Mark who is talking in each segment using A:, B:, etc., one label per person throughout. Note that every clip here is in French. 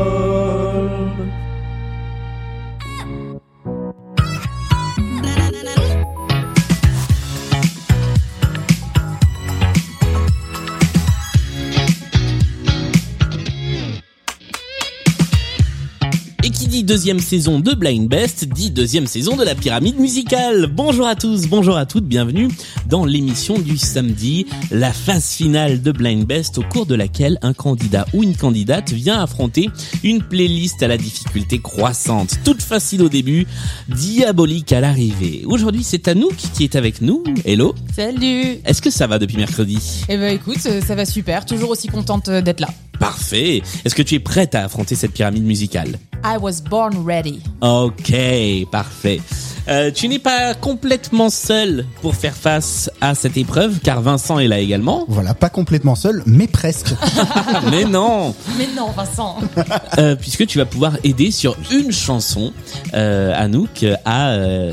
A: Microstodome.
B: Et qui dit deuxième saison de Blind Best dit deuxième saison de la pyramide musicale. Bonjour à tous, bonjour à toutes, bienvenue dans l'émission du samedi, la phase finale de Blind Best au cours de laquelle un candidat ou une candidate vient affronter une playlist à la difficulté croissante, toute facile au début, diabolique à l'arrivée. Aujourd'hui c'est Anouk qui est avec nous. Hello,
C: Salut
B: est-ce que ça va depuis mercredi
C: Eh ben écoute, euh, ça va super, toujours aussi contente euh, d'être là.
B: Parfait. Est-ce que tu es prête à affronter cette pyramide musicale
C: I was born ready.
B: Ok, parfait. Euh, tu n'es pas complètement seul pour faire face à cette épreuve, car Vincent est là également.
D: Voilà, pas complètement seul, mais presque.
B: Ah, mais non,
C: Mais non, Vincent
B: Euh, puisque tu vas pouvoir aider sur une chanson, euh, Anouk, à euh,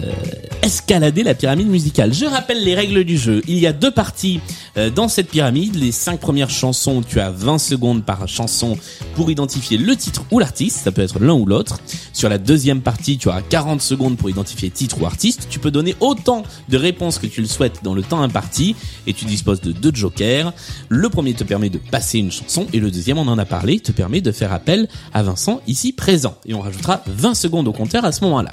B: escalader la pyramide musicale. Je rappelle les règles du jeu. Il y a deux parties euh, dans cette pyramide. Les cinq premières chansons, tu as 20 secondes par chanson pour identifier le titre ou l'artiste. Ça peut être l'un ou l'autre. Sur la deuxième partie, tu auras 40 secondes pour identifier titre ou artiste. Tu peux donner autant de réponses que tu le souhaites dans le temps imparti et tu disposes de deux jokers. Le premier te permet de passer une chanson et le deuxième, on en a parlé, te permet de faire appel à Vincent ici présent. Et on rajoutera 20 secondes au compteur à ce moment-là.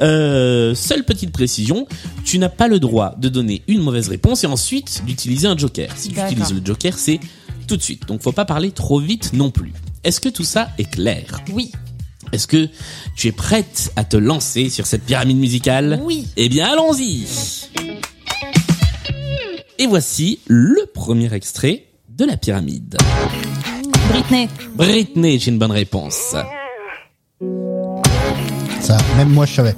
B: Euh, seule petite précision, tu n'as pas le droit de donner une mauvaise réponse et ensuite d'utiliser un joker. Si tu
C: D'accord.
B: utilises le joker, c'est tout de suite. Donc faut pas parler trop vite non plus. Est-ce que tout ça est clair
C: Oui,
B: Est-ce que tu es prête à te lancer sur cette pyramide musicale
C: oui
B: eh bien, allons-y Et voici le premier extrait de la pyramide.
C: Britney
B: Britney, j'ai une bonne réponse.
D: Ça, même moi, je savais.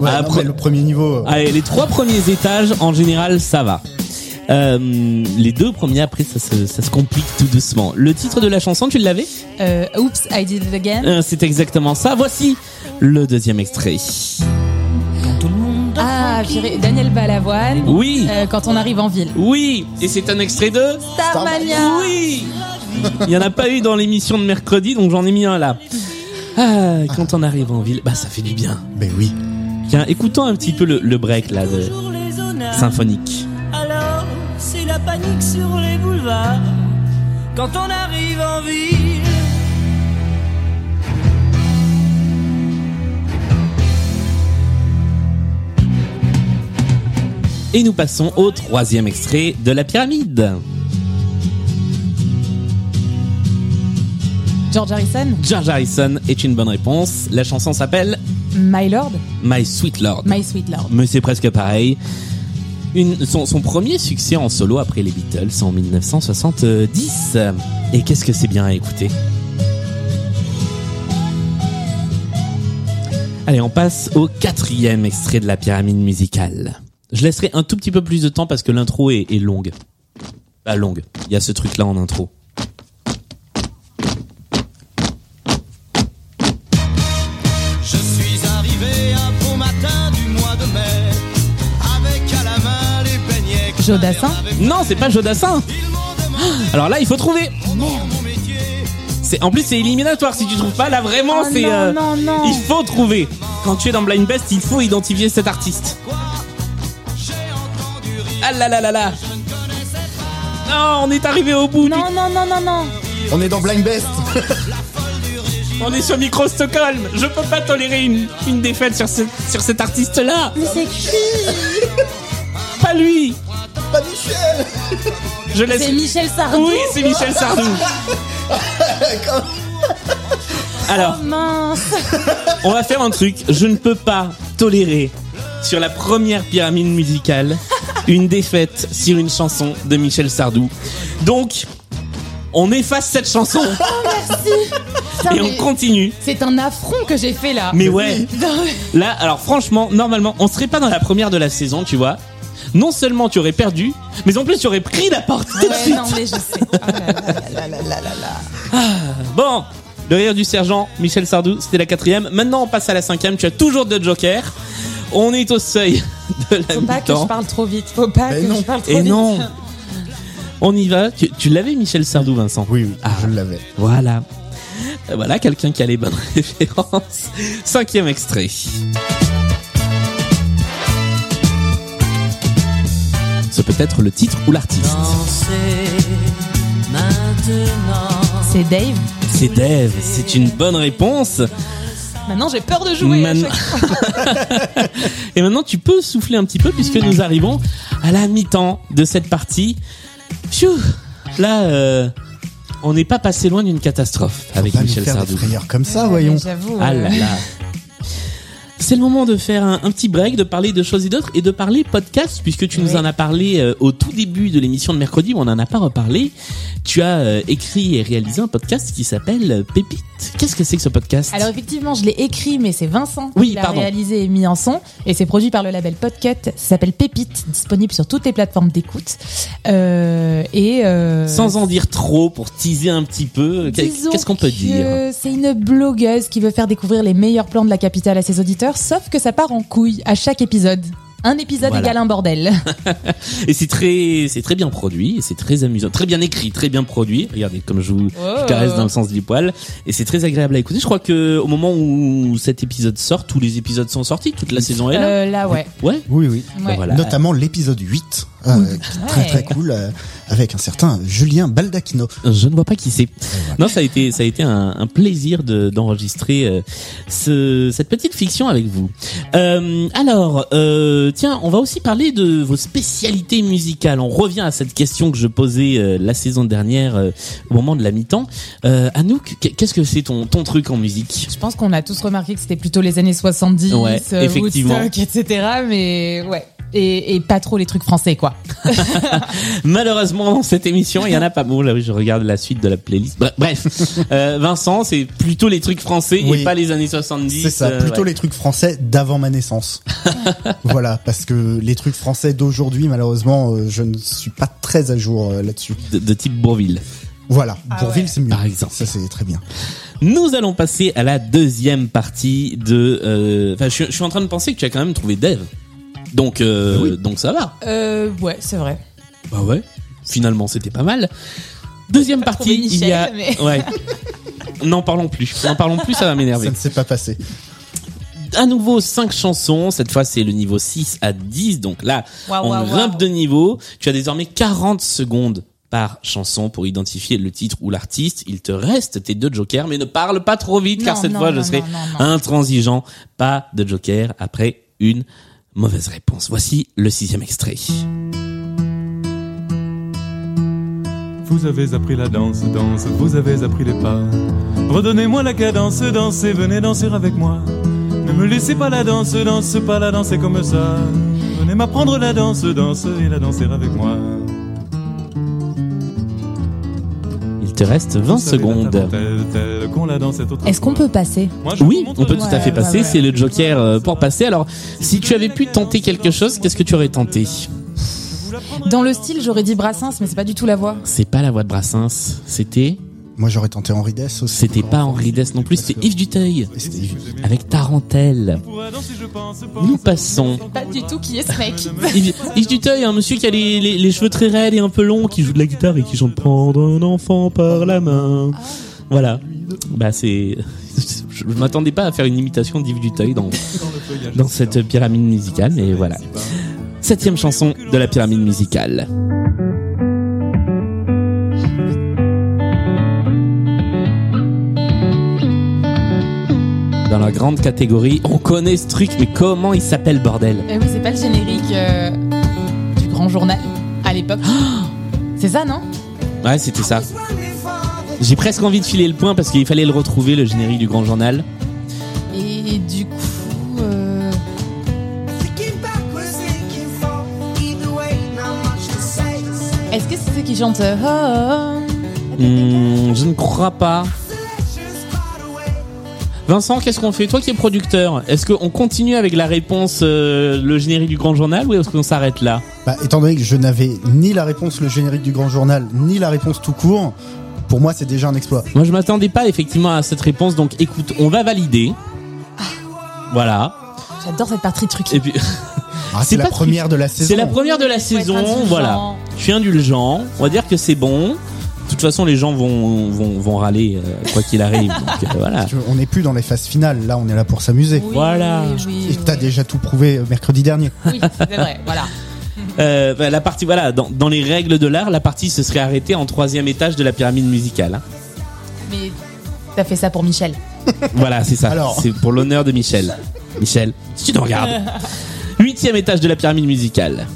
D: Ouais,
B: Ah,
D: non,
B: pre-
D: mais le premier niveau. euh,
B: Allez, les trois premiers étages, en général, ça va. Euh, les deux premiers, après, ça se, ça se complique tout doucement. Le titre de la chanson, tu l'avais
C: euh, Oops, I did it again
B: Euh, C'est exactement ça. Voici le deuxième extrait.
C: Ah, viré- Daniel Balavoine
B: Oui
C: Euh, Quand on arrive en ville.
B: Oui Et c'est un extrait de...
C: Starmania
B: Oui Il n'y en a pas eu dans l'émission de mercredi, donc j'en ai mis un là. Ah, quand on arrive en ville, bah ça fait du bien.
D: Mais ben oui.
B: Tiens, écoutons un petit peu le, le break là de
E: Toujours les honneurs.
B: symphonique.
E: Alors, c'est la panique sur les boulevards quand on arrive en ville.
B: Et nous passons au troisième extrait de la pyramide.
C: George Harrison
B: George Harrison est une bonne réponse. La chanson s'appelle
C: My Lord
B: My Sweet Lord.
C: My Sweet Lord.
B: Mais c'est presque pareil. Une- son, son premier succès en solo après les Beatles en 1970. Et qu'est-ce que c'est bien à écouter Allez, on passe au quatrième extrait de la pyramide musicale. Je laisserai un tout petit peu plus de temps parce que l'intro est, est longue. Pas longue. Il y a ce truc-là en intro.
F: Je suis arrivé un beau matin du mois de mai Avec à la main les beignets que
C: Joe Dassin
F: j'avais avec-
B: Non, c'est pas Jodassin
F: Ils m'ont demandé
B: Alors là, il faut trouver
F: mon métier
B: C'est en plus c'est éliminatoire si tu trouves pas là vraiment
C: Oh
B: c'est euh,
C: non, non, non.
B: il faut trouver. Quand tu es dans Blind Best, il faut identifier cet artiste.
F: J'ai entendu rire
B: Ah là là là là. Non, on est arrivé au bout.
C: Non, non, non, non, non
D: On est dans Blind Best.
B: du- On est sur Micro Stockholm. Je peux pas tolérer une, une défaite sur ce, sur cet artiste là. Mais c'est qui Pas lui.
D: Pas Michel.
B: Je laisse
C: C'est Michel Sardou
B: Oui, c'est Michel Sardou. Alors,
C: Oh, Mince
B: on va faire un truc. Je ne peux pas tolérer sur la première pyramide musicale une défaite sur une chanson de Michel Sardou. Donc, on efface cette chanson
C: Putain,
B: et on
C: mais
B: continue.
C: C'est un affront que j'ai fait là
B: Mais ouais,
C: Non, mais-
B: là, alors franchement, normalement, on serait pas dans la première de la saison, tu vois. Non seulement tu aurais perdu, mais en plus tu aurais pris la porte tout de
C: Ouais,
B: suite.
C: non, mais je sais. Oh là là.
B: Bon, le rire du sergent Michel Sardou, c'était la quatrième. Maintenant, on passe à la cinquième. Tu as toujours deux jokers. On est au seuil de la
C: Faut pas que
B: mi-temps.
C: je parle trop vite. Faut pas
D: Mais
C: que
D: non.
C: je parle trop
B: Et
C: vite.
B: non. On y va. Tu, tu l'avais, Michel Sardou, Vincent
D: Oui, oui,
B: Ah.
D: je l'avais.
B: Voilà. Euh, Voilà quelqu'un qui a les bonnes références. Cinquième extrait. C'est peut-être le titre ou l'artiste.
E: Dansez maintenant.
C: C'est Dave.
B: C'est Dave, c'est une bonne réponse.
C: Maintenant, j'ai peur de jouer. à
B: Maintenant-
C: chaque-
B: Et maintenant, tu peux souffler un petit peu puisque nous arrivons à la mi-temps de cette partie. Pfiou Là, euh, on n'est pas passé loin d'une catastrophe
D: Faut
B: avec
D: pas nous
B: Michel
D: faire
B: Sardou.
D: Des frayeurs comme ça, voyons.
C: Mais J'avoue.
B: Ah
C: euh,
B: là là. C'est le moment de faire un, un petit break, de parler de choses et d'autres et de parler podcast puisque tu nous
C: Oui.
B: en as parlé euh, au tout début de l'émission de mercredi, mais on n'en a pas reparlé. Tu as euh, écrit et réalisé un podcast qui s'appelle euh, Pépite. Qu'est-ce que c'est que ce podcast
C: Alors effectivement, je l'ai écrit, mais c'est Vincent
B: Oui,
C: qui l'a
B: pardon.
C: réalisé et mis en son. Et c'est produit par le label Podcut. Ça s'appelle Pépite, disponible sur toutes les plateformes d'écoute. Euh, et euh,
B: Sans en dire trop pour teaser un petit peu, qu'est-
C: disons
B: qu'est-ce qu'on peut
C: que
B: dire
C: C'est une blogueuse qui veut faire découvrir les meilleurs plans de la capitale à ses auditeurs, sauf que ça part en couille à chaque épisode. Un épisode
B: Voilà.
C: égale un bordel.
B: Et c'est très, c'est très bien produit, et c'est très amusant, très bien écrit, très bien produit. Regardez comme je vous
C: Oh.
B: je caresse dans le sens du poil, et c'est très agréable à écouter. Je crois que au moment où cet épisode sort, tous les épisodes sont sortis, toute la saison est là.
C: Euh, là, ouais.
B: Ouais.
D: Oui, oui.
C: Ouais.
B: Ben voilà.
D: Notamment l'épisode 8, euh, qui est très
C: Ouais.
D: très cool, euh, avec un certain Julien Baldacchino.
B: Je ne vois pas qui c'est. Non, ça a été, ça a été un, un plaisir de- d'enregistrer euh, ce, cette petite fiction avec vous. Euh, alors, euh, tiens, on va aussi parler de vos spécialités musicales. On revient à cette question que je posais euh, la saison dernière euh, au moment de la mi-temps. Euh, Anouk, qu'est- qu'est-ce que c'est ton, ton truc en musique
C: Je pense qu'on a tous remarqué que c'était plutôt les années 70,
B: Ouais,
C: euh,
B: effectivement.
C: Woodstock, etc. Mais ouais. Et, et pas trop les trucs français, quoi.
B: Malheureusement, dans cette émission, il y en a pas. Bon, là, oui, je regarde la suite de la playlist. Bre- Bref, Euh, Vincent, c'est plutôt les trucs français et
D: Oui.
B: pas les années 70.
D: C'est ça,
B: euh,
D: plutôt
B: ouais.
D: les trucs français d'avant ma naissance. voilà, parce que les trucs français d'aujourd'hui, malheureusement, euh, je ne suis pas très à jour euh, là-dessus.
B: de, de type Bourville.
D: Voilà, Bourville, c'est mieux.
B: Par exemple.
D: Ça, c'est très bien.
B: Nous allons passer à la deuxième partie de. euh, Enfin, je, suis- je suis en train de penser que tu as quand même trouvé Dave. Donc,
C: Ah
B: euh, donc ça va.
C: Euh, ouais, c'est vrai.
B: Bah ouais. Finalement, c'était pas mal. Deuxième partie,
C: trouvé
B: il y a.
C: Michel, mais-
B: Ouais. N'en parlons plus. N'en parlons plus, ça va m'énerver.
D: Ça ne s'est pas passé.
B: à nouveau cinq chansons. Cette fois, c'est le niveau 6 à 10. Donc là,
C: Waouh,
B: on
C: waouh,
B: grimpe
C: waouh.
B: de niveau. Tu as désormais 40 secondes par chanson pour identifier le titre ou l'artiste. Il te reste tes deux jokers, mais ne parle pas trop vite, car
C: Non,
B: cette
C: non,
B: fois, je
C: non,
B: serai
C: non, non, non.
B: intransigeant. Pas de joker après une mauvaise réponse. Voici le sixième extrait.
A: Vous avez appris la danse, danse, vous avez appris les pas. Redonnez-moi la cadence, dansez, venez danser avec moi. Ne me laissez pas la danse, danse, pas la danser comme ça. Venez m'apprendre la danse, danse et la danser avec moi.
B: Il te reste 20
A: Vous savez, la
B: secondes.
A: table telle, telle qu'on la dansait autrefois.
C: Est-ce qu'on peut passer
A: Moi, je vous
B: Oui,
A: montre
B: on peut
A: le-
B: tout à fait
C: Ouais,
B: passer.
C: ouais, ouais.
B: C'est le joker euh, pour passer. Alors, si tu avais pu tenter quelque chose, qu'est-ce que tu aurais tenté
A: Je vous l'apprendrai
C: Dans le
A: la danse.
C: style, j'aurais dit Brassens, mais c'est pas du tout la voix.
B: C'est pas la voix de Brassens. C'était
D: Moi, j'aurais tenté Henri Dess aussi.
B: C'était pas Henri Dess non plus, c'était Yves Duteuil
D: Et c'était-
B: avec Tarentelle.
A: On pourra danser, je pense,
B: Nous
A: pense,
B: passons.
A: pense,
C: Pas du tout qui est ce mec.
B: Yves, Yves Duteuil, un hein, monsieur qui a les, les- les cheveux très raides et un peu longs, qui joue de la guitare et qui chante prendre un enfant par la main. Voilà. Bah c'est. Je, je m'attendais pas à faire une imitation d'Yves Duteuil dans dans cette pyramide musicale, mais voilà. Septième chanson de la pyramide musicale. Dans la grande catégorie, on connaît ce truc, mais comment il s'appelle bordel
C: Eh oui, c'est pas le générique euh, du grand journal à l'époque. Oh C'est ça, non
B: Ouais, c'était ça. J'ai presque envie de filer le point parce qu'il fallait le retrouver, le générique du grand journal.
C: Et du coup, euh, est-ce que c'est ceux qui chantent euh, Oh,
B: Hmm, je ne crois pas. Vincent, qu'est-ce qu'on fait Toi qui es producteur, est-ce qu'on continue avec la réponse, euh, le générique du grand journal, ou est-ce qu'on s'arrête là
D: Bah, étant donné que je n'avais ni la réponse le générique du grand journal, ni la réponse tout court, pour moi, c'est déjà un exploit.
B: Moi, je m'attendais pas effectivement à cette réponse, donc écoute, on va valider. Voilà.
C: oh J'adore cette partie de truc.
B: Et puis,
D: Ah, c'est la
B: pas-
D: première de la saison.
B: C'est la première de la
C: Faut être
B: saison,
C: indulgent.
B: voilà. Je suis indulgent, on va dire que c'est bon. De toute façon, les gens vont, vont, vont râler euh, quoi qu'il arrive. Donc, euh, voilà.
D: Tu vois, On n'est plus dans les phases finales. Là, on est là pour s'amuser.
C: Oui,
B: Voilà.
C: oui, oui,
D: Et
C: oui.
D: t'as déjà tout prouvé euh, mercredi dernier.
C: Oui, c'est vrai, voilà.
B: Euh, bah, la partie, voilà, dans, dans les règles de l'art, la partie se serait arrêtée en troisième étage de la pyramide musicale. hein.
C: Mais t'as fait ça pour Michel.
B: Voilà, c'est ça.
D: Alors.
B: C'est pour l'honneur de Michel. Michel, si tu nous regardes. Huitième étage de la pyramide musicale.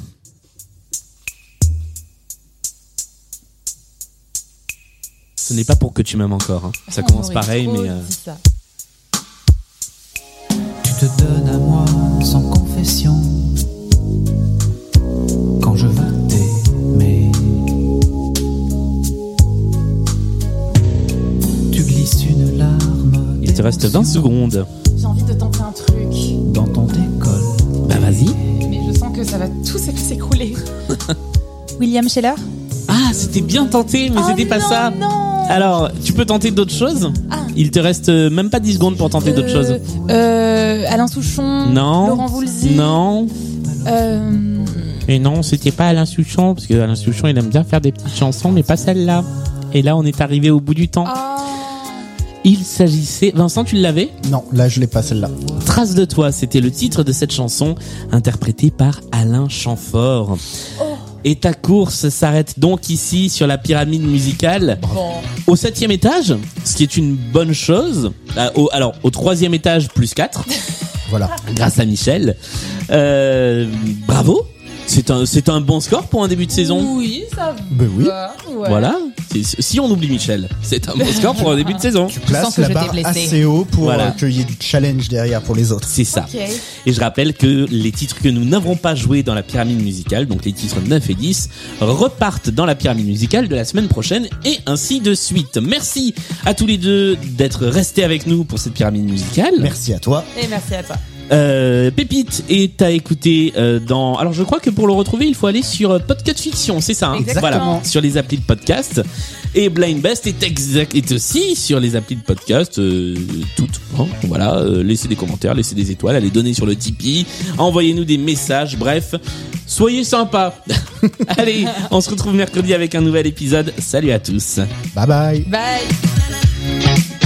B: Ce n'est pas pour que tu m'aimes encore. hein. Ça commence
C: On aurait
B: pareil,
C: Ah, trop
B: mais. euh,
C: dit ça.
G: Tu te donnes à moi sans confession quand je veux t'aimer. Tu glisses une larme.
B: Il te reste 20
G: d'émotion
B: secondes.
C: J'ai envie de tenter un truc,
G: dans ton décolle.
B: Bah vas-y.
C: mais je sens que ça va tout s'écrouler. William Scheller
B: Ah, c'était bien tenté, mais
C: Oh
B: c'était pas
C: non,
B: ça. Ah,
C: Non
B: Alors, tu peux tenter d'autres choses Il te reste euh, même pas 10 secondes pour tenter d'autres
C: Ah. Euh,
B: choses.
C: euh, Alain Souchon
B: Non.
C: Laurent Voulzy
B: Non.
C: euh,
B: Et non, c'était pas Alain Souchon, parce que Alain Souchon, il aime bien faire des petites chansons, mais pas celle-là. Et là, on est arrivé au bout du temps.
C: ah,
B: Il s'agissait. Vincent, tu l'avais
D: Non, là, je l'ai pas celle-là.
B: Trace de toi, c'était le titre de cette chanson, interprétée par Alain Chamfort.
C: Oh.
B: Et ta course s'arrête donc ici sur la pyramide musicale.
C: bon.
B: Au septième étage, ce qui est une bonne chose. Ah, au- alors, au troisième étage, plus 4,
D: Voilà.
B: grâce à Michel. Euh, bravo c'est un, c'est un bon score pour un début de saison.
C: Oui, ça
D: Ben oui.
C: va. ouais.
B: Voilà. C'est- Si on oublie Michel, c'est un bon score pour un début de saison.
D: Tu
C: sens
D: places
C: que
D: la
C: je t'ai
D: barre
C: blessé.
D: assez haut pour
B: Voilà.
D: euh, qu'il y ait du challenge derrière pour les autres.
B: C'est ça.
C: Ok.
B: Et je rappelle que les titres que nous n'avons pas joués dans la pyramide musicale, donc les titres 9 et 10, repartent dans la pyramide musicale de la semaine prochaine et ainsi de suite. Merci à tous les deux d'être restés avec nous pour cette pyramide musicale.
D: Merci à toi.
C: Et merci à toi.
B: Euh, Pépite est à écouter euh, dans. Alors je crois que pour le retrouver, il faut aller sur euh, Podcast Fiction, c'est ça. hein
C: Exactement.
B: Voilà, sur les applis de podcast. Et Blind Best est exact est aussi sur les applis de podcast euh, toutes. hein. voilà, euh, laissez des commentaires, laissez des étoiles, allez donner sur le Tipeee, envoyez-nous des messages, bref, soyez sympas. allez, on se retrouve mercredi avec un nouvel épisode. Salut à tous.
D: Bye bye.
C: Bye